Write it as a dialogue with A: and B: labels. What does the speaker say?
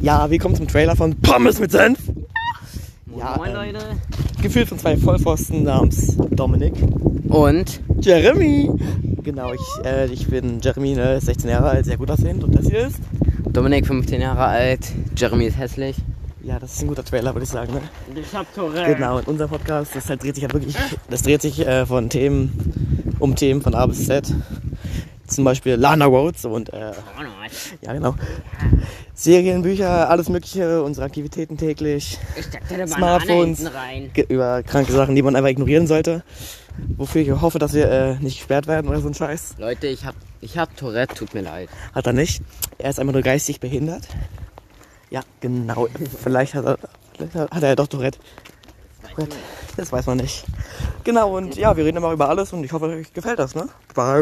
A: Ja, willkommen zum Trailer von Pommes mit Senf.
B: Moin,
A: Ja,
B: moin
A: ähm,
B: Leute.
A: Gefühlt von zwei Vollpfosten namens Dominik.
B: Und
A: Jeremy. Genau, ich, äh, ich bin Jeremy, ne, 16 Jahre alt, sehr gut aussehend. Und das hier ist?
B: Dominik, 15 Jahre alt. Jeremy ist hässlich.
A: Ja, das ist ein guter Trailer, würde ich sagen. Ne?
B: Ich hab Tourette.
A: Genau, und unser Podcast, das halt dreht sich halt wirklich, das dreht sich äh, von Themen, um Themen von A bis Z. Zum Beispiel Lana Rhodes und, äh, ja genau, Serien, Bücher, alles mögliche, unsere Aktivitäten täglich.
B: Ich steck deine
A: Smartphones
B: rein.
A: ge- über kranke Sachen, die man einfach ignorieren sollte. Wofür ich hoffe, dass wir äh, nicht gesperrt werden oder so ein Scheiß.
B: Leute, ich hab, ich hab Tourette, tut mir leid.
A: Hat er nicht. Er ist einfach nur geistig behindert. Ja, genau. Vielleicht hat er, vielleicht hat er ja doch Tourette. Tourette. Das weiß man nicht. Genau, und ja, wir reden immer über alles und ich hoffe, euch gefällt das, ne? Bye.